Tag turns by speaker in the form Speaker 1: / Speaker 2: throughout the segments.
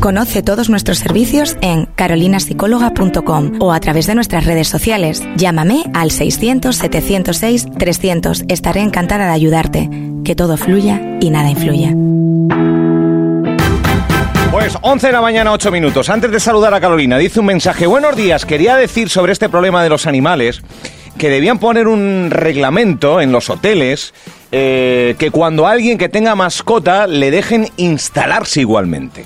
Speaker 1: Conoce todos nuestros servicios en carolinasicóloga.com o a través de nuestras redes sociales. Llámame al 600-706-300. Estaré encantada de ayudarte. Que todo fluya y nada influya.
Speaker 2: Pues 11 de la mañana, 8 minutos. Antes de saludar a Carolina, dice un mensaje. Buenos días, quería decir sobre este problema de los animales que debían poner un reglamento en los hoteles eh, que cuando alguien que tenga mascota le dejen instalarse igualmente.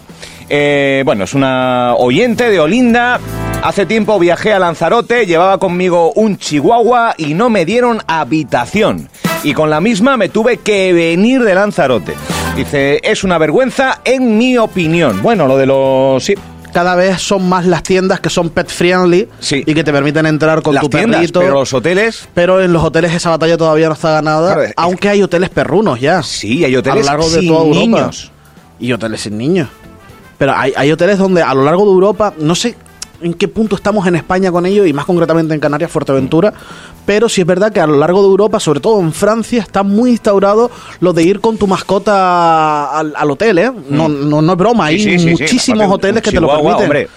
Speaker 2: Eh, bueno, es una oyente de Olinda. Hace tiempo viajé a Lanzarote, llevaba conmigo un chihuahua y no me dieron habitación. Y con la misma me tuve que venir de Lanzarote. Dice, es una vergüenza en mi opinión. Bueno, lo de los... Sí,
Speaker 3: Cada vez son más las tiendas que son pet friendly
Speaker 2: Sí.
Speaker 3: y que te permiten entrar con
Speaker 2: las
Speaker 3: tu
Speaker 2: tiendas,
Speaker 3: perrito.
Speaker 2: pero los hoteles...
Speaker 3: Pero en los hoteles esa batalla todavía no está ganada,
Speaker 2: Claro, es-
Speaker 3: aunque hay hoteles perrunos ya.
Speaker 2: Sí, hay hoteles
Speaker 3: a lo largo de
Speaker 2: sin
Speaker 3: toda Europa.
Speaker 2: niños.
Speaker 3: Y hoteles sin niños. Pero hay, hay hoteles donde a lo largo de Europa, no sé en qué punto estamos en España con ello, y más concretamente en Canarias, Fuerteventura, pero sí es verdad que a lo largo de Europa, sobre todo en Francia, está muy instaurado lo de ir con tu mascota al, al hotel, ¿eh? No, no, no es broma, hay
Speaker 2: Sí, sí, sí, sí.
Speaker 3: muchísimos
Speaker 2: Aparte, un
Speaker 3: hoteles que te lo
Speaker 2: chihuahua,
Speaker 3: permiten.
Speaker 2: hombre,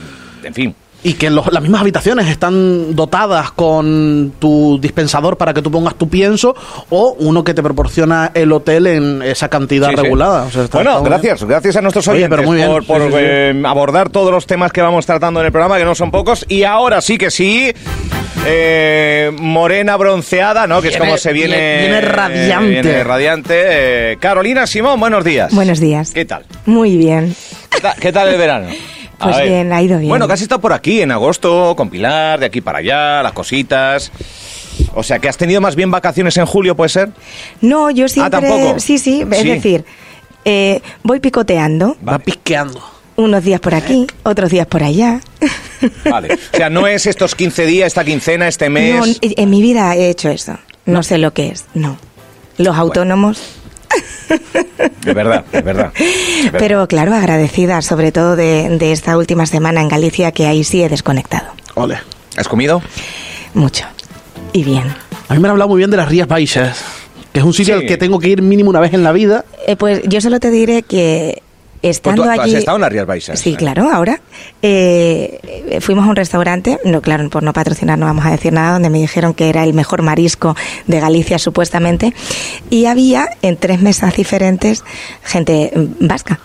Speaker 2: en fin.
Speaker 3: Y que los- las mismas habitaciones están dotadas con tu dispensador para que tú pongas tu pienso o uno que te proporciona el hotel en esa cantidad
Speaker 2: Sí, sí.
Speaker 3: regulada. O sea, está-
Speaker 2: bueno,
Speaker 3: está muy
Speaker 2: gracias, gracias a nuestros
Speaker 3: Oye,
Speaker 2: oyentes
Speaker 3: pero muy bien.
Speaker 2: por, por,
Speaker 3: Sí, sí, sí.
Speaker 2: eh, abordar todos los temas que vamos tratando en el programa, que no son pocos. Y ahora sí que sí, eh, morena bronceada, ¿no? Que es
Speaker 3: Viene-
Speaker 2: como se viene...
Speaker 3: viene- viene radiante.
Speaker 2: viene radiante. Eh, Carolina Simón, buenos días.
Speaker 1: Buenos días.
Speaker 2: ¿Qué tal?
Speaker 1: Muy bien.
Speaker 2: ¿Qué tal, qué tal el verano? A
Speaker 1: Pues
Speaker 2: ver.
Speaker 1: bien, ha ido bien.
Speaker 2: Bueno, casi está por aquí, en agosto, con Pilar, de aquí para allá, las cositas. O sea, que has tenido más bien vacaciones en julio, ¿puede ser?
Speaker 1: No, yo siempre...
Speaker 2: Ah, ¿tampoco?
Speaker 1: Sí, sí. Es
Speaker 2: Sí.
Speaker 1: decir, eh, voy picoteando
Speaker 3: bien. Va pisqueando.
Speaker 1: unos días por aquí, otros días por allá.
Speaker 2: Vale. O sea, no es estos 15 días, esta quincena, este mes.
Speaker 1: No, en- en mi vida he hecho eso. No, sé lo que es. No. Los autónomos...
Speaker 2: De verdad, de verdad. De verdad.
Speaker 1: Pero claro, agradecida sobre todo de, de esta última semana en Galicia, que ahí sí he desconectado.
Speaker 3: Ole.
Speaker 2: ¿Has comido?
Speaker 1: Mucho. Y bien.
Speaker 3: A mí me han hablado muy bien de las Rías Baixas, que es un sitio
Speaker 2: Sí.
Speaker 3: al que tengo que ir mínimo una vez en la vida.
Speaker 1: Eh, pues yo solo te diré que
Speaker 2: Pues tú-
Speaker 1: estando
Speaker 2: tú has
Speaker 1: allí...
Speaker 2: estado en las Rías Baixas.
Speaker 1: Sí, claro, ahora. eh, eh, fuimos a un restaurante, no, claro, por no patrocinar no vamos a decir nada, donde me dijeron que era el mejor marisco de Galicia, supuestamente. Y había en tres mesas diferentes gente mm, vasca.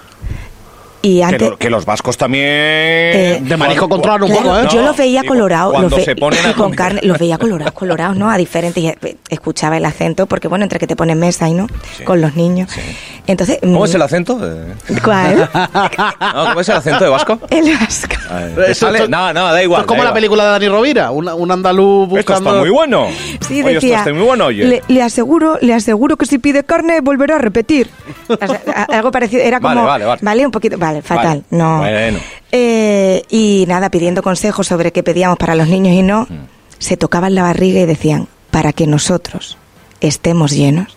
Speaker 1: Y
Speaker 2: Que,
Speaker 1: antes... Eh,
Speaker 2: lo- que los vascos también.
Speaker 3: de marisco controlan un
Speaker 1: Claro,
Speaker 3: poco, ¿eh?
Speaker 1: Yo los veía
Speaker 2: digo,
Speaker 1: colorados,
Speaker 2: Cuando
Speaker 1: los ve-
Speaker 2: se ponen a
Speaker 1: y con
Speaker 2: comer.
Speaker 1: carne, los veía colorados, colorados, ¿no? A diferentes, y eh, escuchaba el acento, porque bueno, entre que te ponen mesa y no,
Speaker 2: Sí.
Speaker 1: con los niños.
Speaker 2: Sí.
Speaker 1: Entonces,
Speaker 2: ¿Cómo
Speaker 1: mm,
Speaker 2: es el acento? Eh,
Speaker 1: ¿Cuál?
Speaker 2: no, ¿Cómo es el acento de vasco?
Speaker 1: El vasco.
Speaker 2: Ay, ¿te
Speaker 3: Eso-
Speaker 2: sale?
Speaker 3: esto-
Speaker 2: No, no, da
Speaker 3: esto
Speaker 2: igual.
Speaker 3: Es como
Speaker 2: da
Speaker 3: la
Speaker 2: igual.
Speaker 3: película de Dani Rovira, una- un andaluz
Speaker 2: Esto
Speaker 3: buscando...
Speaker 2: está muy bueno.
Speaker 1: Sí,
Speaker 2: Oye, esto
Speaker 1: decía,
Speaker 2: está muy bueno, oye.
Speaker 1: Le, le aseguro, le aseguro que si pide carne volverá a repetir. O sea, a- algo parecido, era como,
Speaker 2: Vale, vale, vale.
Speaker 1: un poquito, vale, fatal,
Speaker 2: Vale.
Speaker 1: no.
Speaker 2: Bueno.
Speaker 1: Eh, y nada, pidiendo consejos sobre qué pedíamos para los niños y no,
Speaker 2: Mm.
Speaker 1: se tocaban la barriga y decían, para que nosotros estemos llenos,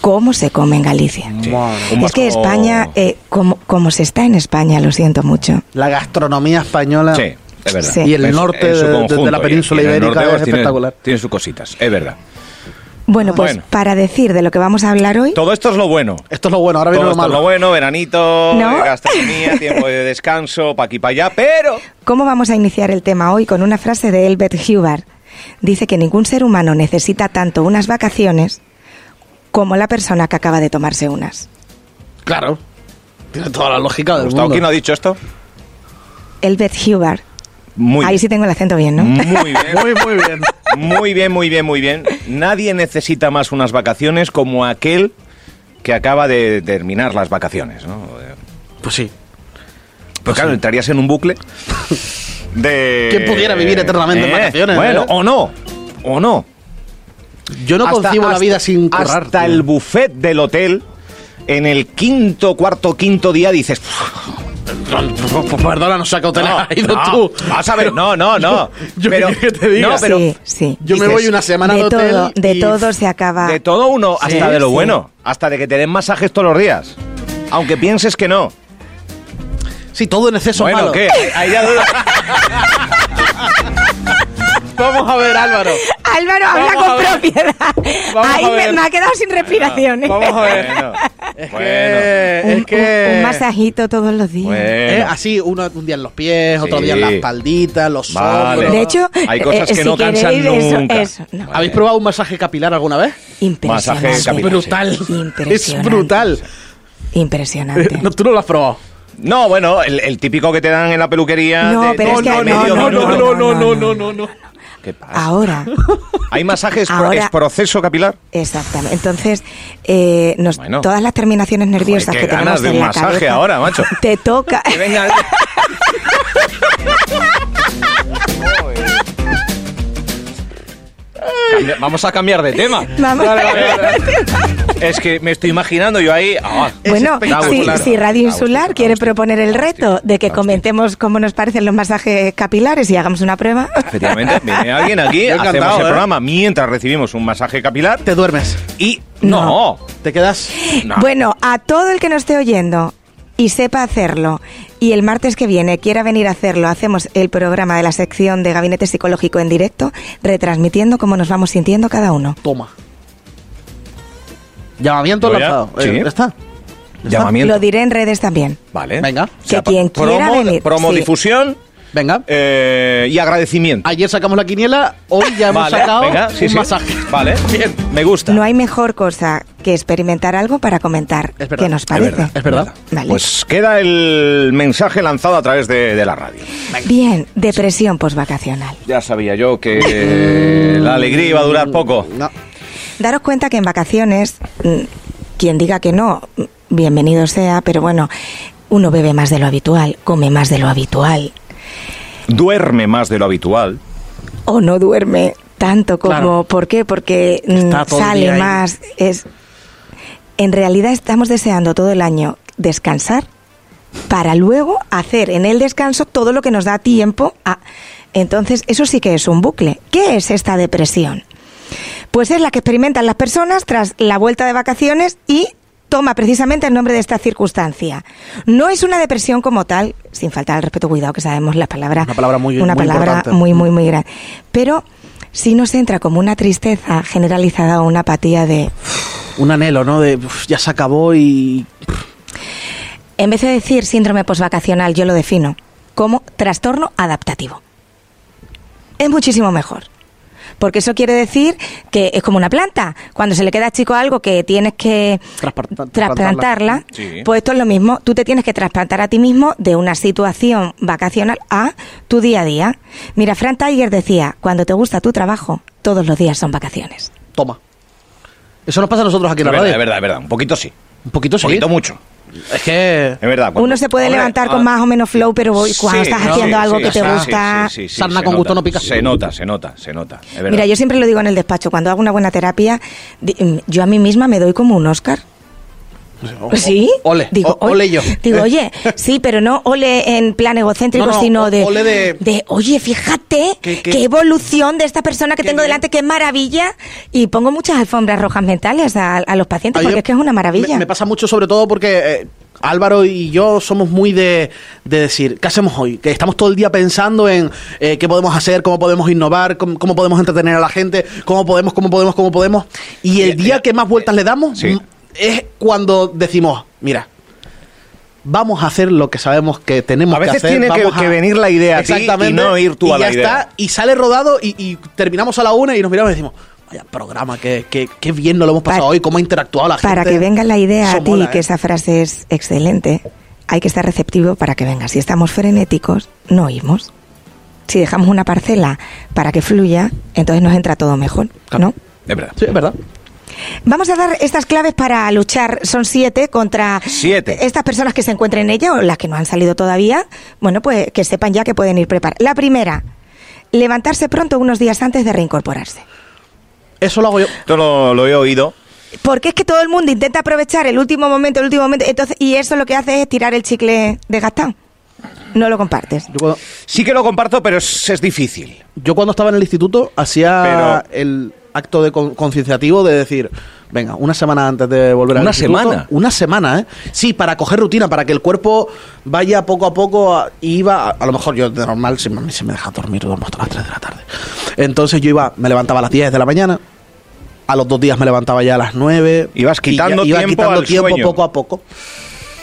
Speaker 1: ¿cómo se come en Galicia?
Speaker 2: Sí,
Speaker 3: Madre.
Speaker 2: un
Speaker 1: Es que
Speaker 2: vasco-
Speaker 1: España, eh, como, como se está en España, lo siento mucho.
Speaker 3: La gastronomía española.
Speaker 2: Sí, es verdad.
Speaker 1: Sí.
Speaker 3: Y el
Speaker 2: En su-
Speaker 3: norte
Speaker 2: en su
Speaker 3: de- de- de
Speaker 2: conjunto,
Speaker 3: la
Speaker 2: oye,
Speaker 3: península
Speaker 2: y en el
Speaker 3: ibérica
Speaker 2: norte,
Speaker 3: es
Speaker 2: pues, tiene-
Speaker 3: espectacular.
Speaker 2: Tiene sus cositas, es verdad.
Speaker 1: Bueno, pues
Speaker 2: Bueno.
Speaker 1: para decir de lo que vamos a hablar hoy...
Speaker 2: Todo esto es lo bueno.
Speaker 3: Esto es lo bueno, ahora viene
Speaker 2: Todo
Speaker 3: lo
Speaker 2: esto es
Speaker 3: malo.
Speaker 2: lo bueno, veranito,
Speaker 1: ¿No?
Speaker 2: eh, gastronomía, tiempo de descanso, pa' aquí, pa' allá, pero...
Speaker 1: ¿Cómo vamos a iniciar el tema hoy con una frase de Elbert Hubbard? Dice que ningún ser humano necesita tanto unas vacaciones como la persona que acaba de tomarse unas.
Speaker 3: Claro. Tiene toda la lógica del
Speaker 2: Gustavo,
Speaker 3: mundo.
Speaker 2: ¿quién ha dicho esto?
Speaker 1: Elbert Hubbard.
Speaker 2: Muy
Speaker 1: Ahí
Speaker 2: bien.
Speaker 1: sí tengo el acento bien, ¿no?
Speaker 3: Mm.
Speaker 2: Muy bien.
Speaker 3: Muy, muy bien.
Speaker 2: Muy bien, muy bien, muy bien. Nadie necesita más unas vacaciones como aquel que acaba de terminar las vacaciones, ¿no?
Speaker 3: Pues sí.
Speaker 2: Pues claro, entrarías en un bucle de...
Speaker 3: ¿Quién pudiera vivir eternamente en vacaciones,
Speaker 2: Bueno,
Speaker 3: eh?
Speaker 2: o no, o no.
Speaker 3: Yo no
Speaker 2: Hasta-
Speaker 3: concibo la
Speaker 2: hasta-
Speaker 3: vida sin currar.
Speaker 2: Hasta
Speaker 3: tío.
Speaker 2: el buffet del hotel, en el quinto, cuarto, quinto día dices...
Speaker 3: Pues, Perdona, no sé a qué hotel has ido tú.
Speaker 2: Vas a ver, no, no, no.
Speaker 3: Yo
Speaker 2: Pero-
Speaker 3: quería que te diga.
Speaker 2: No, pero
Speaker 1: sí, sí.
Speaker 3: Yo me
Speaker 2: Dices,
Speaker 3: voy una Ah, semana
Speaker 1: de
Speaker 3: de hotel.
Speaker 1: todo, de
Speaker 3: y-
Speaker 1: todo se acaba.
Speaker 2: de todo uno,
Speaker 3: Sí,
Speaker 2: hasta de lo
Speaker 1: sí.
Speaker 2: bueno, hasta de que te den masajes todos los días. Aunque pienses que no.
Speaker 3: Sí, todo en exceso es
Speaker 2: bueno,
Speaker 3: malo. ¿eh?
Speaker 2: ¿qué? Ahí ya duda.
Speaker 3: Vamos a ver, Álvaro.
Speaker 1: Álvaro, habla
Speaker 3: Vamos
Speaker 1: con
Speaker 3: a ver.
Speaker 1: propiedad.
Speaker 3: Vamos
Speaker 1: Ahí
Speaker 3: a
Speaker 1: me,
Speaker 3: ver.
Speaker 1: me ha quedado sin respiración. ¿eh?
Speaker 3: Vamos a ver.
Speaker 2: Bueno,
Speaker 3: Es
Speaker 2: bueno,
Speaker 3: que,
Speaker 1: Un,
Speaker 3: es que
Speaker 1: un- un masajito todos los días.
Speaker 3: ¿eh?
Speaker 2: bueno.
Speaker 3: así, uno- un día en los pies, otro
Speaker 2: Sí.
Speaker 3: día en la espaldita, los
Speaker 2: Vale.
Speaker 3: hombros.
Speaker 1: De hecho,
Speaker 2: Hay cosas
Speaker 1: eh,
Speaker 2: que
Speaker 1: si
Speaker 2: no cansan
Speaker 1: queréis, eso-
Speaker 2: nunca.
Speaker 1: Eso, no.
Speaker 2: Vale.
Speaker 3: ¿habéis probado un masaje capilar alguna vez?
Speaker 1: Impresionante.
Speaker 2: Masaje capilar.
Speaker 3: brutal. Es
Speaker 1: Impresionante.
Speaker 3: brutal.
Speaker 1: Impresionante.
Speaker 3: No, tú no lo has probado.
Speaker 2: No, bueno, el, el típico que te dan en la peluquería.
Speaker 1: No,
Speaker 2: de-
Speaker 1: pero
Speaker 2: de
Speaker 1: es que-
Speaker 2: medio
Speaker 1: no, no,
Speaker 2: minuto.
Speaker 1: no, Ah, no, no, no,
Speaker 3: no.
Speaker 2: ¿Qué pasa?
Speaker 1: Ahora,
Speaker 2: ¿Hay masajes pro-
Speaker 1: Ahora-
Speaker 2: es proceso capilar?
Speaker 1: exactamente. Entonces, eh, nos-
Speaker 2: Bueno.
Speaker 1: todas las terminaciones nerviosas
Speaker 2: Joder, qué
Speaker 1: que tenemos
Speaker 2: ganas de
Speaker 1: en
Speaker 2: un
Speaker 1: la
Speaker 2: masaje
Speaker 1: cabeza,
Speaker 2: ahora, macho.
Speaker 1: Te toca.
Speaker 2: Que venga. Cambia- Vamos a cambiar de tema.
Speaker 1: Vamos.
Speaker 2: Es que me estoy imaginando yo ahí. ah,
Speaker 1: Bueno,
Speaker 2: da gusto.
Speaker 1: si,
Speaker 2: Claro.
Speaker 1: si Radio
Speaker 2: Da gusto,
Speaker 1: Insular
Speaker 2: da
Speaker 1: quiere
Speaker 2: gusto.
Speaker 1: proponer el
Speaker 2: Da
Speaker 1: reto
Speaker 2: gusto,
Speaker 1: de que
Speaker 2: da gusto.
Speaker 1: comentemos cómo nos parecen los masajes capilares y hagamos una prueba,
Speaker 2: Efectivamente, viene alguien aquí,
Speaker 3: Yo
Speaker 2: hacemos
Speaker 3: encantado,
Speaker 2: el
Speaker 3: ¿eh?
Speaker 2: programa mientras recibimos un masaje capilar
Speaker 3: Te duermes.
Speaker 2: y
Speaker 1: No. Eh,
Speaker 2: no.
Speaker 3: Te quedas.
Speaker 2: no.
Speaker 1: Bueno, a todo el que nos esté oyendo y sepa hacerlo y el martes que viene quiera venir a hacerlo, hacemos el programa de la sección de Gabinete Psicológico en directo, retransmitiendo cómo nos vamos sintiendo cada uno.
Speaker 3: Toma. Llamamiento
Speaker 2: ¿Voy ya?
Speaker 3: lanzado. Eh,
Speaker 2: Sí.
Speaker 3: ya está. Ya está.
Speaker 2: Llamamiento.
Speaker 1: Lo diré en redes también.
Speaker 2: Vale.
Speaker 3: Venga.
Speaker 1: Que quien quiera
Speaker 2: promo,
Speaker 1: venir,
Speaker 2: promo,
Speaker 1: sí.
Speaker 2: difusión
Speaker 3: Venga.
Speaker 2: eh, y agradecimiento.
Speaker 3: Ayer sacamos la quiniela, hoy ya hemos
Speaker 2: Vale,
Speaker 3: sacado
Speaker 2: venga, sí,
Speaker 3: un
Speaker 2: sí.
Speaker 3: masaje.
Speaker 2: Vale,
Speaker 3: Bien.
Speaker 2: me gusta.
Speaker 1: No hay mejor cosa que experimentar algo para comentar
Speaker 3: Es verdad,
Speaker 1: qué nos
Speaker 3: es
Speaker 1: parece.
Speaker 3: verdad, es verdad.
Speaker 1: Vale.
Speaker 2: Pues queda el mensaje lanzado a través de, de la radio.
Speaker 1: Bien, depresión posvacacional.
Speaker 2: Ya sabía yo que eh, la alegría iba a durar poco.
Speaker 3: No.
Speaker 1: Daros cuenta que en vacaciones, mm, quien diga que no, mm, bienvenido sea, pero bueno, uno bebe más de lo habitual, come más de lo habitual,
Speaker 2: Duerme más de lo habitual.
Speaker 1: o no duerme tanto como
Speaker 3: Claro.
Speaker 1: ¿por qué? porque mm,
Speaker 3: Está todo el día
Speaker 1: sale
Speaker 3: ahí.
Speaker 1: más es en realidad estamos deseando todo el año descansar para luego hacer en el descanso todo lo que nos da tiempo a entonces eso sí que es un bucle ¿qué es esta depresión? Pues es la que experimentan las personas tras la vuelta de vacaciones y toma precisamente el nombre de esta circunstancia. No es una depresión como tal, sin faltar al respeto, cuidado que sabemos la palabra,
Speaker 3: Una palabra muy-
Speaker 1: una
Speaker 3: muy
Speaker 1: palabra
Speaker 3: importante.
Speaker 1: muy muy muy grande, pero sí nos entra como una tristeza generalizada o una apatía de
Speaker 3: Un anhelo, ¿no? De uf, ya se acabó y.
Speaker 1: en vez de decir síndrome posvacacional, yo lo defino como trastorno adaptativo. Es muchísimo mejor. Porque eso quiere decir que es como una planta. Cuando se le queda chico algo que tienes que
Speaker 3: Trasplantar-
Speaker 1: trasplantarla,
Speaker 2: Sí.
Speaker 1: pues esto es lo mismo. Tú te tienes que trasplantar a ti mismo de una situación vacacional a tu día a día. Mira, Fran Tiger decía, cuando te gusta tu trabajo, todos los días son vacaciones.
Speaker 3: Toma. Eso nos pasa a nosotros aquí
Speaker 2: Es
Speaker 3: en la
Speaker 2: verdad,
Speaker 3: radio.
Speaker 2: es verdad, es verdad. Un poquito sí.
Speaker 3: Un poquito
Speaker 2: Un
Speaker 3: sí.
Speaker 2: poquito mucho.
Speaker 3: Es que.
Speaker 2: Es verdad. Ah, cuando-
Speaker 1: Uno se puede
Speaker 2: Hombre,
Speaker 1: levantar
Speaker 2: ah,
Speaker 1: con más o menos flow, pero voy-
Speaker 2: sí,
Speaker 1: cuando estás
Speaker 2: no,
Speaker 1: haciendo
Speaker 2: sí,
Speaker 1: algo
Speaker 2: sí,
Speaker 1: que te
Speaker 2: sí,
Speaker 1: gusta,
Speaker 2: sí, sí, sí,
Speaker 3: sarna
Speaker 2: se
Speaker 3: con
Speaker 2: nota.
Speaker 3: gusto no pica.
Speaker 2: Se nota, se nota, se nota. Es verdad.
Speaker 1: Mira, yo siempre lo digo en el despacho, cuando hago una buena terapia, di- mm, yo a mí misma me doy como un Oscar. ¿Sí?
Speaker 3: Oh, Ole.
Speaker 1: Digo,
Speaker 3: O-
Speaker 1: oye-
Speaker 3: ole yo. Eh.
Speaker 1: Digo, oye, sí, pero no ole en plan egocéntrico,
Speaker 3: No, no,
Speaker 1: sino
Speaker 3: o-
Speaker 1: de,
Speaker 3: ole de-
Speaker 1: oye, fíjate
Speaker 3: Que- que-
Speaker 1: qué evolución de esta persona que
Speaker 3: que
Speaker 1: tengo
Speaker 3: bien.
Speaker 1: delante, qué maravilla. Y pongo muchas alfombras rojas mentales a, a los pacientes
Speaker 3: A mí
Speaker 1: porque
Speaker 3: me-
Speaker 1: es que es una maravilla.
Speaker 3: Me, me pasa mucho, sobre todo porque eh, Álvaro y yo somos muy de, de decir, ¿qué hacemos hoy? Que estamos todo el día pensando en eh, qué podemos hacer, cómo podemos innovar, cómo, cómo podemos entretener a la gente, cómo podemos, cómo podemos, cómo podemos. Y el
Speaker 2: Eh,
Speaker 3: día
Speaker 2: eh,
Speaker 3: que más vueltas le damos
Speaker 2: sí.
Speaker 3: mm, es cuando decimos, mira. Vamos a hacer lo que sabemos que tenemos
Speaker 2: A veces
Speaker 3: que hacer.
Speaker 2: tiene que-
Speaker 3: vamos a-
Speaker 2: que venir la idea a ti y
Speaker 3: Exactamente,
Speaker 2: no ir tú
Speaker 3: y
Speaker 2: a la
Speaker 3: ya
Speaker 2: idea.
Speaker 3: está, y sale rodado y, y terminamos a la una y nos miramos y decimos, vaya programa, qué, qué, qué bien nos lo hemos pasado
Speaker 1: Para-
Speaker 3: hoy, cómo ha interactuado la gente.
Speaker 1: Para que venga la idea
Speaker 3: Eso
Speaker 1: a ti,
Speaker 3: mola,
Speaker 1: que
Speaker 3: ¿eh?
Speaker 1: esa frase es excelente, hay que estar receptivo para que venga. Si estamos frenéticos, no oímos. Si dejamos una parcela para que fluya, entonces nos entra todo mejor, ¿no?
Speaker 2: Es verdad.
Speaker 3: Sí, es verdad.
Speaker 1: Vamos a dar estas claves para luchar. Son siete contra
Speaker 2: Siete.
Speaker 1: estas personas que se encuentren en ella o las que no han salido todavía. Bueno, pues que sepan ya que pueden ir preparadas. La primera, levantarse pronto unos días antes de reincorporarse.
Speaker 3: Eso lo hago yo.
Speaker 2: Esto lo, lo he oído.
Speaker 1: Porque es que todo el mundo intenta aprovechar el último momento, el último momento, entonces, y eso lo que hace es tirar el chicle desgastado. No lo compartes.
Speaker 3: Yo cuando,
Speaker 2: Sí que lo comparto, pero es, es difícil.
Speaker 3: yo cuando estaba en el instituto hacía el acto de con- concienciativo de decir, venga, una semana antes de volver al
Speaker 2: ¿Una
Speaker 3: instituto.
Speaker 2: semana?
Speaker 3: Una semana, ¿eh? Sí, para coger rutina, para que el cuerpo vaya poco a poco a- y iba, a, a lo mejor yo de normal, si me, si me deja dormir, duermo hasta las 3 de la tarde. Entonces yo iba, me levantaba a las 10 de la mañana, a los dos días me levantaba ya a las 9.
Speaker 2: Ibas
Speaker 3: y ya-
Speaker 2: quitando
Speaker 3: iba
Speaker 2: tiempo
Speaker 3: quitando
Speaker 2: al
Speaker 3: tiempo
Speaker 2: sueño.
Speaker 3: poco a poco.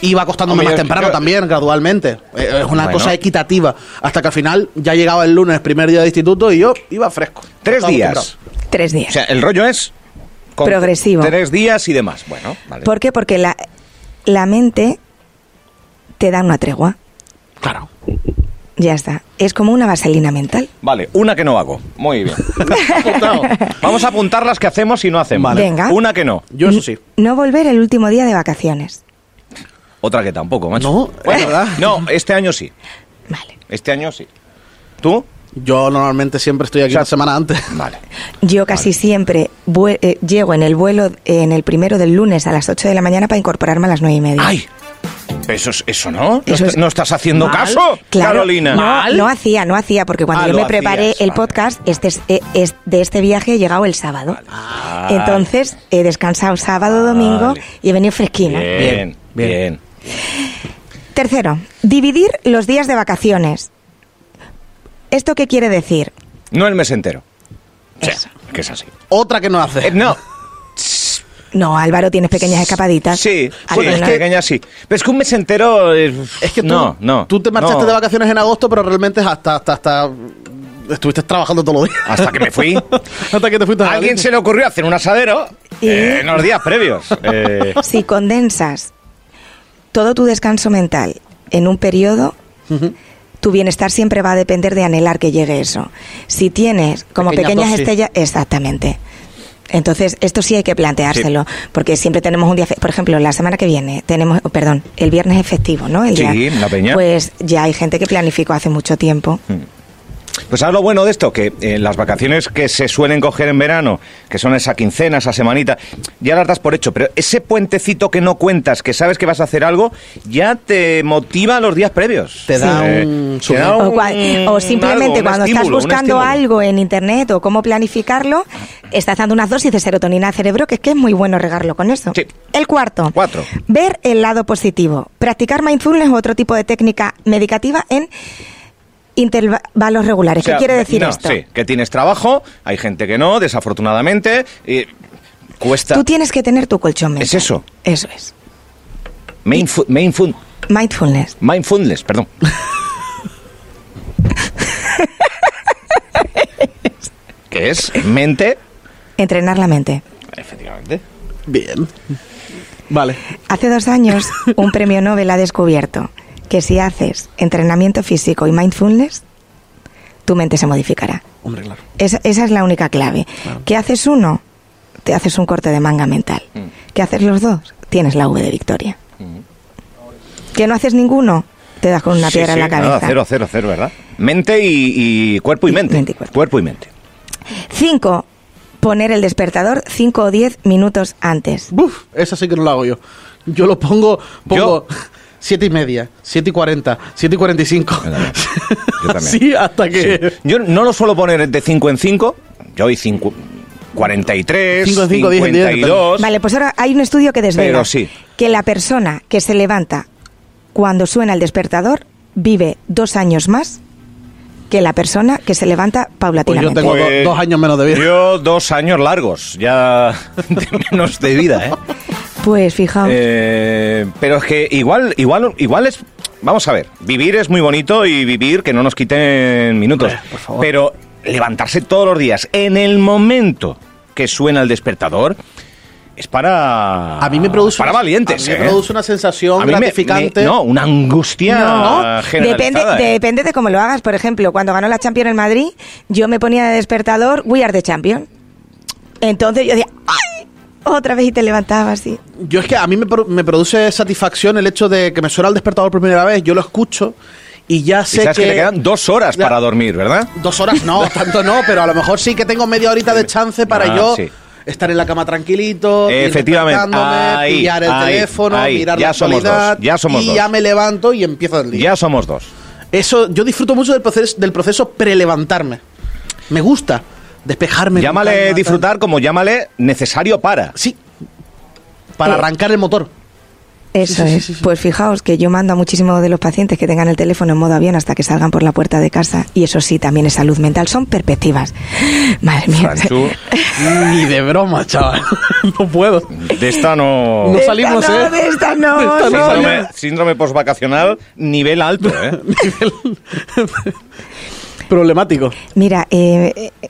Speaker 3: Iba acostándome
Speaker 2: Hombre,
Speaker 3: más
Speaker 2: yo-
Speaker 3: temprano
Speaker 2: yo-
Speaker 3: también, gradualmente. Eh, Es una
Speaker 2: Bueno.
Speaker 3: cosa equitativa. Hasta que al final ya llegaba el lunes, primer día de instituto, y yo iba fresco.
Speaker 2: Tres
Speaker 3: Estaba
Speaker 2: días.
Speaker 3: acostumbrado.
Speaker 1: Tres
Speaker 2: O
Speaker 1: días.
Speaker 2: sea, el rollo es... con
Speaker 1: Progresivo.
Speaker 2: Tres días y demás. Bueno, vale.
Speaker 1: ¿Por qué? Porque la, la mente te da una tregua.
Speaker 3: Claro.
Speaker 1: Ya está. Es como una vaselina mental.
Speaker 2: Vale, una que no hago. Muy bien. Apuntado. Vamos a apuntar las que hacemos y no hacemos.
Speaker 1: Vale. Venga.
Speaker 2: Una que no.
Speaker 3: Yo eso sí.
Speaker 1: No volver el último día de vacaciones.
Speaker 2: Otra que tampoco, macho.
Speaker 3: No, es
Speaker 2: Bueno,
Speaker 3: verdad.
Speaker 2: No, este año sí.
Speaker 1: Vale.
Speaker 2: Este año sí. ¿Tú?
Speaker 3: Yo normalmente siempre estoy aquí
Speaker 2: O sea,
Speaker 3: una semana antes.
Speaker 2: Vale.
Speaker 1: Yo casi siempre vue- eh, llego en el vuelo eh, en el primero del lunes a las 8 de la mañana para incorporarme a las 9 y media.
Speaker 2: ¡Ay! Eso, es- eso no. ¿No,
Speaker 1: Eso
Speaker 2: est-
Speaker 1: es-
Speaker 2: no estás haciendo
Speaker 3: Mal.
Speaker 2: caso,
Speaker 1: Claro,
Speaker 2: Carolina?
Speaker 1: No, no hacía, no hacía, porque cuando
Speaker 2: Ah,
Speaker 1: yo
Speaker 2: lo
Speaker 1: me preparé
Speaker 2: hacías,
Speaker 1: el
Speaker 2: vale.
Speaker 1: podcast este es- eh, es- de este viaje he llegado el sábado.
Speaker 2: Vale.
Speaker 1: Entonces he descansado sábado, domingo
Speaker 2: Vale.
Speaker 1: y he venido fresquina.
Speaker 2: Bien, bien.
Speaker 3: Bien.
Speaker 1: Tercero, dividir los días de vacaciones. ¿Esto qué quiere decir?
Speaker 2: No el mes entero. O sea,
Speaker 1: Eso.
Speaker 2: que es así.
Speaker 3: Otra que no hace.
Speaker 2: Eh, no.
Speaker 1: No, Álvaro, tienes pequeñas escapaditas.
Speaker 2: Sí, sí,
Speaker 1: Alguna-
Speaker 2: es que, pequeña sí. Pero es que un mes entero. eh,
Speaker 3: Es que tú,
Speaker 2: no, no.
Speaker 3: tú te marchaste
Speaker 2: no.
Speaker 3: de vacaciones en agosto, pero realmente es hasta, hasta, hasta estuviste trabajando todos los días.
Speaker 2: Hasta que me fui.
Speaker 3: hasta que te fuiste a
Speaker 2: A alguien
Speaker 3: Galicia.
Speaker 2: se le ocurrió hacer un asadero
Speaker 1: Y-
Speaker 2: eh, en los días previos. Eh,
Speaker 1: Si condensas todo tu descanso mental en un periodo, tu bienestar siempre va a depender de anhelar que llegue eso. Si tienes como
Speaker 3: Pequeñas
Speaker 1: pequeñas
Speaker 3: dosis.
Speaker 1: estrellas, exactamente. Entonces, esto sí hay que planteárselo, porque siempre tenemos un día, fe- por ejemplo, la semana que viene, tenemos, oh, perdón, el viernes es festivo, ¿no? El
Speaker 2: Sí,
Speaker 1: día-
Speaker 2: la peña.
Speaker 1: Pues ya hay gente que planificó hace mucho tiempo.
Speaker 2: Pues ¿sabes lo bueno de esto? Que eh, las vacaciones que se suelen coger en verano, que son esa quincena, esa semanita, ya las das por hecho, pero ese puentecito que no cuentas, que sabes que vas a hacer algo, ya te motiva los días previos.
Speaker 3: Te da
Speaker 2: Eh,
Speaker 3: un
Speaker 2: te da
Speaker 1: O,
Speaker 2: un-
Speaker 1: cua- o
Speaker 2: algo,
Speaker 1: simplemente
Speaker 2: un
Speaker 1: cuando estás
Speaker 2: estímulo, un
Speaker 1: buscando
Speaker 2: estímulo.
Speaker 1: algo en internet o cómo planificarlo, estás dando unas dosis de serotonina al cerebro, que es que es muy bueno regarlo con eso.
Speaker 2: Sí.
Speaker 1: El cuarto.
Speaker 2: Cuatro.
Speaker 1: Ver el lado positivo. Practicar mindfulness u otro tipo de técnica medicativa en intervalos
Speaker 2: O
Speaker 1: regulares.
Speaker 2: sea,
Speaker 1: ¿Qué quiere decir
Speaker 2: no,
Speaker 1: esto?
Speaker 2: Sí, que tienes trabajo, hay gente que no, desafortunadamente, y cuesta...
Speaker 1: Tú tienes que tener tu colchón mental.
Speaker 2: Es eso.
Speaker 1: Eso es.
Speaker 2: Mindfu- mindful-
Speaker 1: Mindfulness.
Speaker 2: mindfulness, perdón. que es mente...
Speaker 1: Entrenar la mente.
Speaker 2: Efectivamente.
Speaker 3: Bien. Vale.
Speaker 1: Hace dos años, un premio Nobel ha descubierto que si haces entrenamiento físico y mindfulness, tu mente se modificará.
Speaker 3: Hombre, claro.
Speaker 1: Esa, esa es la única clave. ¿Qué haces uno? Te haces un corte de manga mental.
Speaker 2: Mm.
Speaker 1: ¿Qué haces los dos? Tienes la V de victoria. ¿Que no haces ninguno? Te das con una
Speaker 2: Sí,
Speaker 1: piedra en
Speaker 2: sí,
Speaker 1: la cabeza.
Speaker 2: Nada, cero, cero, cero, ¿verdad? Mente y, y cuerpo y,
Speaker 1: Y
Speaker 2: mente.
Speaker 1: mente y cuerpo.
Speaker 2: y mente.
Speaker 1: Cinco, poner el despertador cinco o diez minutos antes.
Speaker 3: Buf, esa sí que no la hago yo. Yo lo pongo,
Speaker 2: Yo-
Speaker 3: pongo siete y media, siete y cuarenta, siete y cuarenta y cinco.
Speaker 2: Yo también.
Speaker 3: Sí, hasta que...
Speaker 2: Sí. Yo no lo suelo poner de 5 en 5. Yo hoy 5. 43,
Speaker 3: Cinco en cinco, diez en diez,
Speaker 2: 52.
Speaker 1: Vale, pues ahora hay un estudio que desvela
Speaker 2: Pero sí.
Speaker 1: que la persona que se levanta cuando suena el despertador vive dos años más que la persona que se levanta paulatinamente.
Speaker 3: Pues yo tengo- do- dos años menos de vida.
Speaker 2: Yo dos años largos, ya de menos de vida, ¿eh?
Speaker 1: Pues fijaos,
Speaker 2: Eh, pero es que igual, igual, igual es. Vamos a ver, vivir es muy bonito y vivir que no nos quiten minutos.
Speaker 3: Hombre, por favor.
Speaker 2: Pero levantarse todos los días en el momento que suena el despertador es para.
Speaker 3: A mí me produce...
Speaker 2: Para
Speaker 3: una-
Speaker 2: valientes.
Speaker 3: a mí me
Speaker 2: ¿eh?
Speaker 3: produce una sensación
Speaker 2: A mí me-
Speaker 3: gratificante.
Speaker 2: me- no, una angustia
Speaker 1: No, depende,
Speaker 2: generalizada, ¿eh?
Speaker 1: depende de cómo lo hagas. Por ejemplo, cuando ganó la Champions en Madrid, yo me ponía de despertador We are the Champion. Entonces yo decía, ¡ay! Otra vez y te levantaba así.
Speaker 3: Yo es que a mí me, pro- me produce satisfacción el hecho de que me suena el despertador por primera vez, yo lo escucho y ya
Speaker 2: Y
Speaker 3: sé
Speaker 2: sabes que...
Speaker 3: que...
Speaker 2: le quedan dos horas
Speaker 3: Ya.
Speaker 2: para dormir, ¿verdad?
Speaker 3: Dos horas no, tanto no, pero a lo mejor sí que tengo media horita de chance para
Speaker 2: Ah,
Speaker 3: yo
Speaker 2: sí.
Speaker 3: estar en la cama tranquilito, ir
Speaker 2: Efectivamente.
Speaker 3: despertándome,
Speaker 2: Ahí,
Speaker 3: pillar el
Speaker 2: ahí,
Speaker 3: teléfono,
Speaker 2: ahí.
Speaker 3: mirar
Speaker 2: Ya
Speaker 3: la
Speaker 2: somos dos,
Speaker 3: actualidad
Speaker 2: ya somos
Speaker 3: y
Speaker 2: dos.
Speaker 3: ya me levanto y empiezo el día.
Speaker 2: Ya somos dos.
Speaker 3: Eso, yo disfruto mucho del proceso, del proceso pre-levantarme. Me gusta despejarme. con
Speaker 2: Llámale
Speaker 3: calma, tal.
Speaker 2: disfrutar como llámale necesario para.
Speaker 3: Sí.
Speaker 2: Oh.
Speaker 3: Para
Speaker 1: Eh.
Speaker 3: arrancar el motor.
Speaker 1: Eso
Speaker 3: Sí, sí, sí,
Speaker 1: es.
Speaker 3: sí, sí.
Speaker 1: Pues fijaos que yo mando a muchísimos de los pacientes que tengan el teléfono en modo avión hasta que salgan por la puerta de casa. Y eso sí, también es salud mental. Son perspectivas. Madre mía.
Speaker 2: Franchu,
Speaker 3: Ni de broma, chaval. no puedo.
Speaker 2: de esta no.
Speaker 3: No
Speaker 1: De
Speaker 3: salimos,
Speaker 1: esta no,
Speaker 3: ¿eh?
Speaker 1: de esta no,
Speaker 3: De esta
Speaker 1: no,
Speaker 2: Síndrome, síndrome postvacacional, nivel alto, ¿eh?
Speaker 3: Problemático.
Speaker 1: Mira, eh, eh, eh,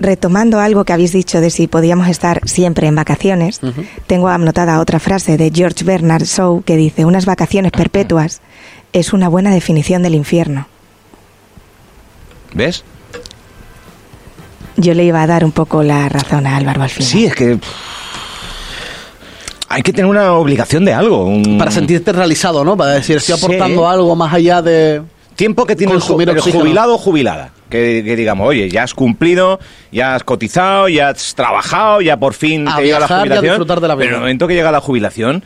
Speaker 1: retomando algo que habéis dicho de si podíamos estar siempre en vacaciones, tengo anotada otra frase de George Bernard Shaw que dice, unas vacaciones perpetuas es una buena definición del infierno.
Speaker 2: ¿Ves?
Speaker 1: Yo le iba a dar un poco la razón a Álvaro al final.
Speaker 2: Sí, es que. pff, Hay que tener una obligación de algo. un-
Speaker 3: Para sentirte realizado, ¿no? Para decir, estoy
Speaker 2: Mm. Sí.
Speaker 3: aportando algo más allá de.
Speaker 2: Tiempo que tiene el, ju-
Speaker 3: Consumir
Speaker 2: el
Speaker 3: oxígeno.
Speaker 2: jubilado o jubilada. Que, que digamos, oye, ya has cumplido, ya has cotizado, ya has trabajado, ya por fin
Speaker 3: A
Speaker 2: te llega la
Speaker 3: viajar y a
Speaker 2: jubilación.
Speaker 3: disfrutar de la vida.
Speaker 2: Pero en el momento que llega la jubilación,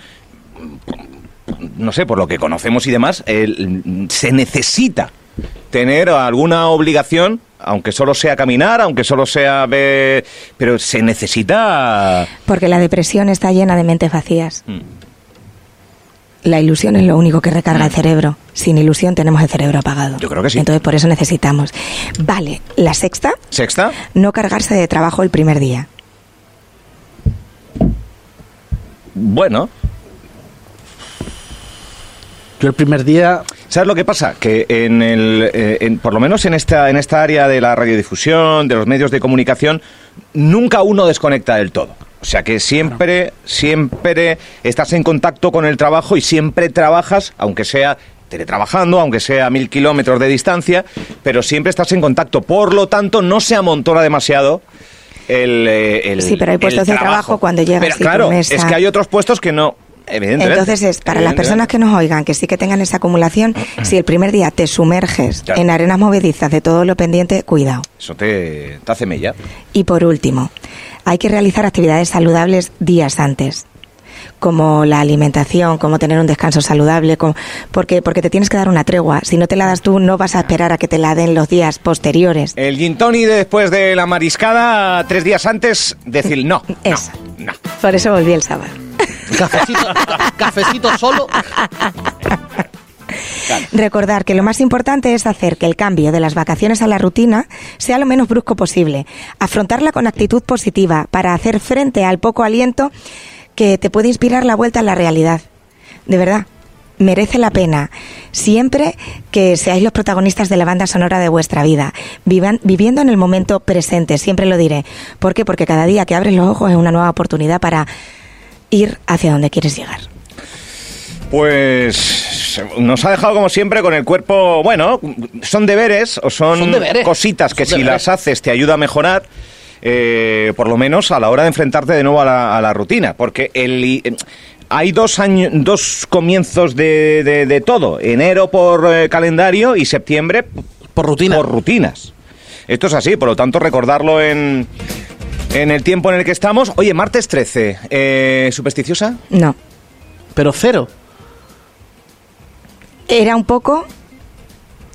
Speaker 2: no sé, por lo que conocemos y demás, el- se necesita tener alguna obligación, aunque solo sea caminar, aunque solo sea ver. Pero se necesita.
Speaker 1: Porque la depresión está llena de mentes vacías.
Speaker 2: Mm.
Speaker 1: La ilusión es lo único que recarga el cerebro. Sin ilusión tenemos el cerebro apagado.
Speaker 2: Mm. Yo creo que sí.
Speaker 1: Entonces por eso necesitamos. Vale, la sexta,
Speaker 2: ¿Sexta?
Speaker 1: no cargarse de trabajo el primer día.
Speaker 2: Bueno,
Speaker 3: Yo el primer día.
Speaker 2: ¿Sabes lo que pasa? Que en el, eh, en- por lo menos en esta, en esta área de la radiodifusión, de los medios de comunicación, nunca uno desconecta del todo. O sea que siempre, siempre estás en contacto con el trabajo y siempre trabajas, aunque sea teletrabajando, aunque sea a mil kilómetros de distancia, pero siempre estás en contacto. Por lo tanto, no se amontona demasiado el, eh, el-
Speaker 1: Sí, pero hay
Speaker 2: el
Speaker 1: puestos de trabajo cuando llegas
Speaker 2: Pero
Speaker 1: y tu
Speaker 2: claro,
Speaker 1: mesa-
Speaker 2: es que hay otros puestos que no... Evidentemente.
Speaker 1: Entonces es, para las
Speaker 2: Evidentemente.
Speaker 1: personas que nos oigan, que sí que tengan esa acumulación, si el primer día te sumerges
Speaker 2: Claro.
Speaker 1: en arenas movedizas de todo lo pendiente, cuidado.
Speaker 2: Eso te, te hace mella.
Speaker 1: Y por último, hay que realizar actividades saludables días antes, como la alimentación, como tener un descanso saludable, como- porque, porque te tienes que dar una tregua. Si no te la das tú, no vas a esperar a que te la den los días posteriores.
Speaker 2: El gin tonic de después de la mariscada, tres días antes, decir no. no,
Speaker 1: Eso.
Speaker 2: No,
Speaker 1: Por eso volví el sábado.
Speaker 3: Cafecito, cafecito solo.
Speaker 1: Recordar que lo más importante es hacer que el cambio de las vacaciones a la rutina sea lo menos brusco posible. Afrontarla con actitud positiva para hacer frente al poco aliento que te puede inspirar la vuelta a la realidad. De verdad, merece la pena. Siempre que seáis los protagonistas de la banda sonora de vuestra vida, vivan- viviendo en el momento presente, siempre lo diré. ¿Por qué? Porque cada día que abres los ojos es una nueva oportunidad para ir hacia donde quieres llegar.
Speaker 2: Pues nos ha dejado como siempre con el cuerpo, bueno, son deberes o son,
Speaker 3: Son deberes.
Speaker 2: cositas que
Speaker 3: Son
Speaker 2: si
Speaker 3: deberes.
Speaker 2: las haces te ayuda a mejorar, eh, por lo menos a la hora de enfrentarte de nuevo a la, a la rutina, porque el, i- hay dos, años, dos comienzos de, de- de todo, enero por eh, calendario y septiembre
Speaker 3: Por rutina.
Speaker 2: por rutinas. Esto es así, por lo tanto, recordarlo en, en el tiempo en el que estamos. Oye, martes 13, eh, ¿supersticiosa?
Speaker 1: No.
Speaker 3: Pero cero.
Speaker 1: Era un poco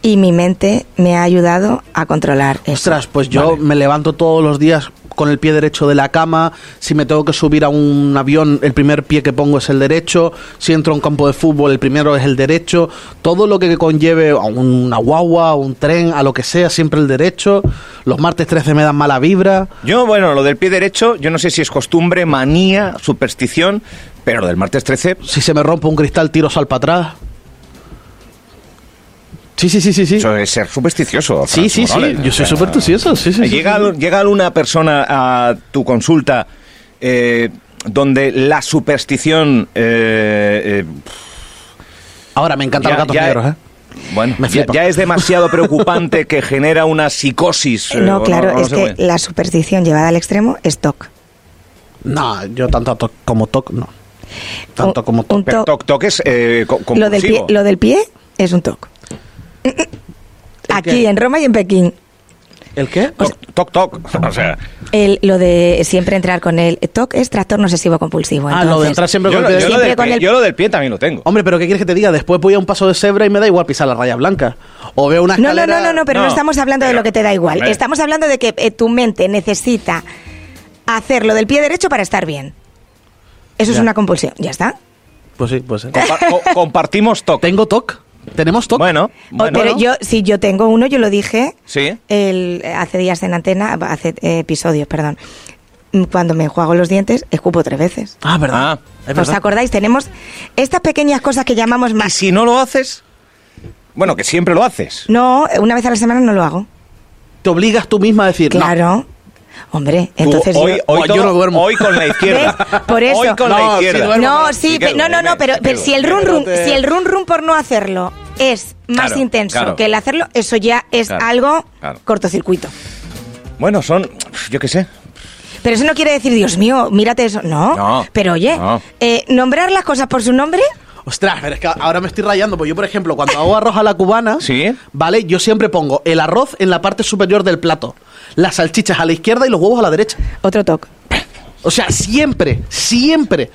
Speaker 1: y mi mente me ha ayudado a controlar eso.
Speaker 3: Ostras, pues yo
Speaker 2: Vale.
Speaker 3: me levanto todos los días con el pie derecho de la cama. Si me tengo que subir a un avión, el primer pie que pongo es el derecho. Si entro a un campo de fútbol, el primero es el derecho. Todo lo que conlleve a una guagua, a un tren, a lo que sea, siempre el derecho. Los martes 13 me dan mala vibra.
Speaker 2: Yo, bueno, lo del pie derecho, yo no sé si es costumbre, manía, superstición, pero lo del martes 13
Speaker 3: Si se me rompe un cristal, tiro sal para atrás. Sí, sí, sí, sí, sí.
Speaker 2: eso es ser supersticioso.
Speaker 3: Sí,
Speaker 2: Franz
Speaker 3: sí, sí.
Speaker 2: Morales.
Speaker 3: Yo soy supersticioso. Sí, sí, sí,
Speaker 2: Llega,
Speaker 3: sí.
Speaker 2: llega una persona a tu consulta eh, donde la superstición... eh, eh,
Speaker 3: Ahora me encantan
Speaker 2: Ya-
Speaker 3: los gatos
Speaker 2: ya-
Speaker 3: negros, ¿eh?
Speaker 2: Bueno,
Speaker 3: Me
Speaker 2: ya-
Speaker 3: flipa.
Speaker 2: ya, es demasiado preocupante que genera una psicosis. eh, o
Speaker 1: No, claro,
Speaker 2: o
Speaker 1: es
Speaker 2: sé
Speaker 1: que
Speaker 2: cómo
Speaker 1: la superstición llevada al extremo es TOC.
Speaker 3: No, yo tanto to- como toc, no. Tanto
Speaker 1: Un-
Speaker 3: como toc.
Speaker 1: Oh, un
Speaker 2: Pero
Speaker 1: to-
Speaker 2: toc, toc es eh, co-
Speaker 1: Lo del, pie,
Speaker 2: compulsivo.
Speaker 1: lo del pie es un TOC. Aquí, en Roma y en Pekín.
Speaker 3: ¿El qué?
Speaker 2: Toc, toc, toc. O sea,
Speaker 1: El- lo de siempre entrar con el TOC es trastorno obsesivo compulsivo.
Speaker 3: Ah, lo de
Speaker 1: entonces-
Speaker 3: entrar siempre
Speaker 2: yo,
Speaker 3: con
Speaker 2: lo-
Speaker 3: el
Speaker 2: yo
Speaker 3: pie.
Speaker 2: lo
Speaker 1: Siempre
Speaker 2: del
Speaker 1: con
Speaker 2: pie-
Speaker 1: el-
Speaker 2: yo lo del pie también lo tengo.
Speaker 3: Hombre, pero ¿qué quieres que te diga? Después voy a un paso de cebra y me da igual pisar la raya blanca. O veo una
Speaker 1: No, no,
Speaker 3: escalera...
Speaker 1: no, no, no, pero no,
Speaker 2: No,
Speaker 1: estamos hablando de
Speaker 2: pero-
Speaker 1: lo que te da igual.
Speaker 2: hombre.
Speaker 1: Estamos hablando de que eh, tu mente necesita hacerlo del pie derecho para estar bien. Eso es
Speaker 3: Ya.
Speaker 1: una compulsión. Ya está.
Speaker 3: Pues sí, pues sí.
Speaker 2: Compa- co- compartimos toc.
Speaker 3: ¿Tengo TOC? ¿Tenemos TOC?
Speaker 2: Bueno,
Speaker 1: O-
Speaker 2: bueno.
Speaker 1: Oh, pero yo, si yo tengo uno, yo lo dije
Speaker 2: Sí.
Speaker 1: el, hace días en antena, hace eh, episodios, perdón. Mm, Cuando me enjuago los dientes, escupo tres veces.
Speaker 3: Ah, ¿verdad?
Speaker 2: Ah.
Speaker 3: Es
Speaker 1: ¿Os
Speaker 3: verdad.
Speaker 1: acordáis? Tenemos estas pequeñas cosas que llamamos
Speaker 2: Y
Speaker 1: más.
Speaker 2: si no lo haces, bueno, que siempre lo haces.
Speaker 1: No, una vez a la semana no lo hago.
Speaker 3: Te obligas tú misma a decir... no.
Speaker 1: Claro. Hombre,
Speaker 2: Tú
Speaker 1: entonces yo-
Speaker 2: hoy, hoy
Speaker 3: Hoy yo
Speaker 2: todo-
Speaker 3: no duermo.
Speaker 2: hoy con la izquierda.
Speaker 1: ¿Ves? Por eso.
Speaker 2: Hoy con
Speaker 3: No,
Speaker 2: la
Speaker 3: sí
Speaker 2: izquierda.
Speaker 3: duermo.
Speaker 1: No, sí,
Speaker 2: que
Speaker 1: pe- no, no, no,
Speaker 2: duerme,
Speaker 1: pero,
Speaker 2: sí que
Speaker 1: pero si el
Speaker 2: duerme.
Speaker 1: run run,
Speaker 3: Pero te-
Speaker 1: si el run run por no hacerlo es más
Speaker 2: Claro,
Speaker 1: intenso
Speaker 2: claro.
Speaker 1: que el hacerlo, eso ya es
Speaker 2: Claro,
Speaker 1: algo
Speaker 2: claro.
Speaker 1: cortocircuito.
Speaker 2: Bueno, son, yo qué sé.
Speaker 1: Pero eso no quiere decir, Dios mío, mírate eso. No,
Speaker 2: No,
Speaker 1: pero oye,
Speaker 2: no.
Speaker 1: eh, nombrar las cosas por su nombre,
Speaker 3: Ostras, pero es que ahora me estoy rayando. Pues yo, por ejemplo, cuando hago arroz a la cubana,
Speaker 2: Sí.
Speaker 3: ¿vale? Yo siempre pongo el arroz en la parte superior del plato, las salchichas a la izquierda y los huevos a la derecha.
Speaker 1: otro toque.
Speaker 3: O sea, siempre, siempre.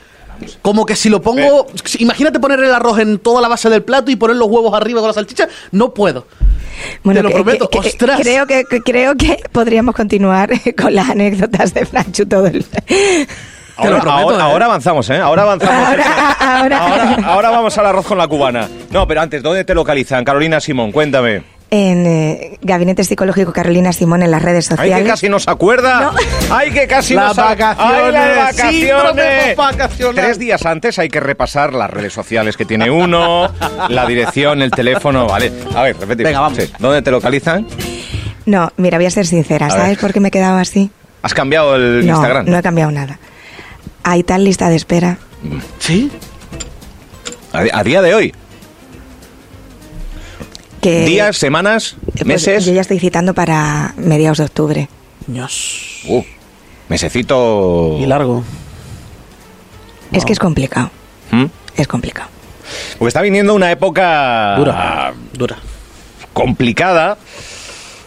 Speaker 3: Como que si lo pongo. si- Imagínate poner el arroz en toda la base del plato y poner los huevos arriba con la salchicha. No puedo. Te lo prometo, ostras.
Speaker 1: Creo que, que- creo que podríamos continuar con las anécdotas de Franchu todo el...
Speaker 3: Te lo
Speaker 2: Ahora,
Speaker 3: prometo,
Speaker 2: ahora-
Speaker 3: ¿eh?
Speaker 2: ahora avanzamos, ¿eh? Ahora avanzamos.
Speaker 1: Ahora, ahora.
Speaker 2: Ahora, ahora vamos al arroz con la cubana. No, pero antes, ¿dónde te localizan? Carolina Simón, cuéntame.
Speaker 1: En eh, Gabinete Psicológico Carolina Simón en las redes
Speaker 2: Ay,
Speaker 1: sociales.
Speaker 2: que casi nos acuerda. Ay, que casi
Speaker 3: Las
Speaker 2: nos ac-
Speaker 3: vacaciones,
Speaker 2: Ay, las
Speaker 3: síndrome
Speaker 2: vacaciones.
Speaker 3: postvacacional.
Speaker 2: Tres días antes hay que repasar las redes sociales que tiene uno, la dirección, el teléfono. Vale, a ver, repetimos.
Speaker 3: Venga, vamos.
Speaker 2: ¿Dónde te localizan?
Speaker 1: No, mira, voy a ser sincera.
Speaker 2: A ver.
Speaker 1: ¿Sabes por qué me he quedado así?
Speaker 2: ¿Has cambiado el
Speaker 1: no,
Speaker 2: Instagram?
Speaker 1: no he cambiado nada. Hay tal lista de espera.
Speaker 3: Sí.
Speaker 2: A, di- a día de hoy.
Speaker 1: Que,
Speaker 2: Días, semanas,
Speaker 1: Eh, pues,
Speaker 2: meses.
Speaker 1: Yo ya estoy citando para mediados de octubre.
Speaker 3: Dios.
Speaker 2: Uh, mesecito.
Speaker 3: Y largo.
Speaker 1: Es que es complicado.
Speaker 2: ¿Mm?
Speaker 1: Es complicado.
Speaker 2: Porque está viniendo una época Ah,
Speaker 3: Dura. Dura.
Speaker 2: complicada.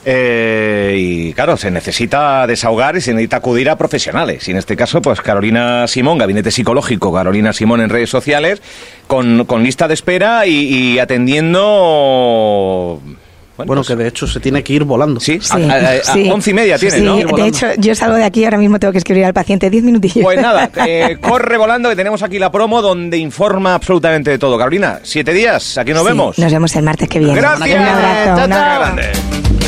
Speaker 2: eh, y claro, se necesita desahogar y se necesita acudir a profesionales. Y en este caso, pues Carolina Simón, Gabinete Psicológico, Carolina Simón en redes sociales, con, con lista de espera y, y atendiendo.
Speaker 3: Bueno,
Speaker 2: pues,
Speaker 3: que de hecho se tiene que ir volando.
Speaker 2: Sí,
Speaker 1: Sí,
Speaker 2: a, a- a-
Speaker 1: sí.
Speaker 2: once y media tiene,
Speaker 1: Sí,
Speaker 2: ¿no?
Speaker 1: de hecho, yo salgo de aquí y ahora mismo tengo que escribir al paciente diez minutillos.
Speaker 2: Pues nada, eh, corre volando que tenemos aquí la promo donde informa absolutamente de todo. Carolina, siete días, aquí nos
Speaker 1: Sí,
Speaker 2: vemos.
Speaker 1: Nos vemos el martes que viene.
Speaker 2: Gracias.
Speaker 1: Un abrazo.
Speaker 2: Chao,
Speaker 1: un
Speaker 2: chao.
Speaker 1: abrazo.
Speaker 2: Grande.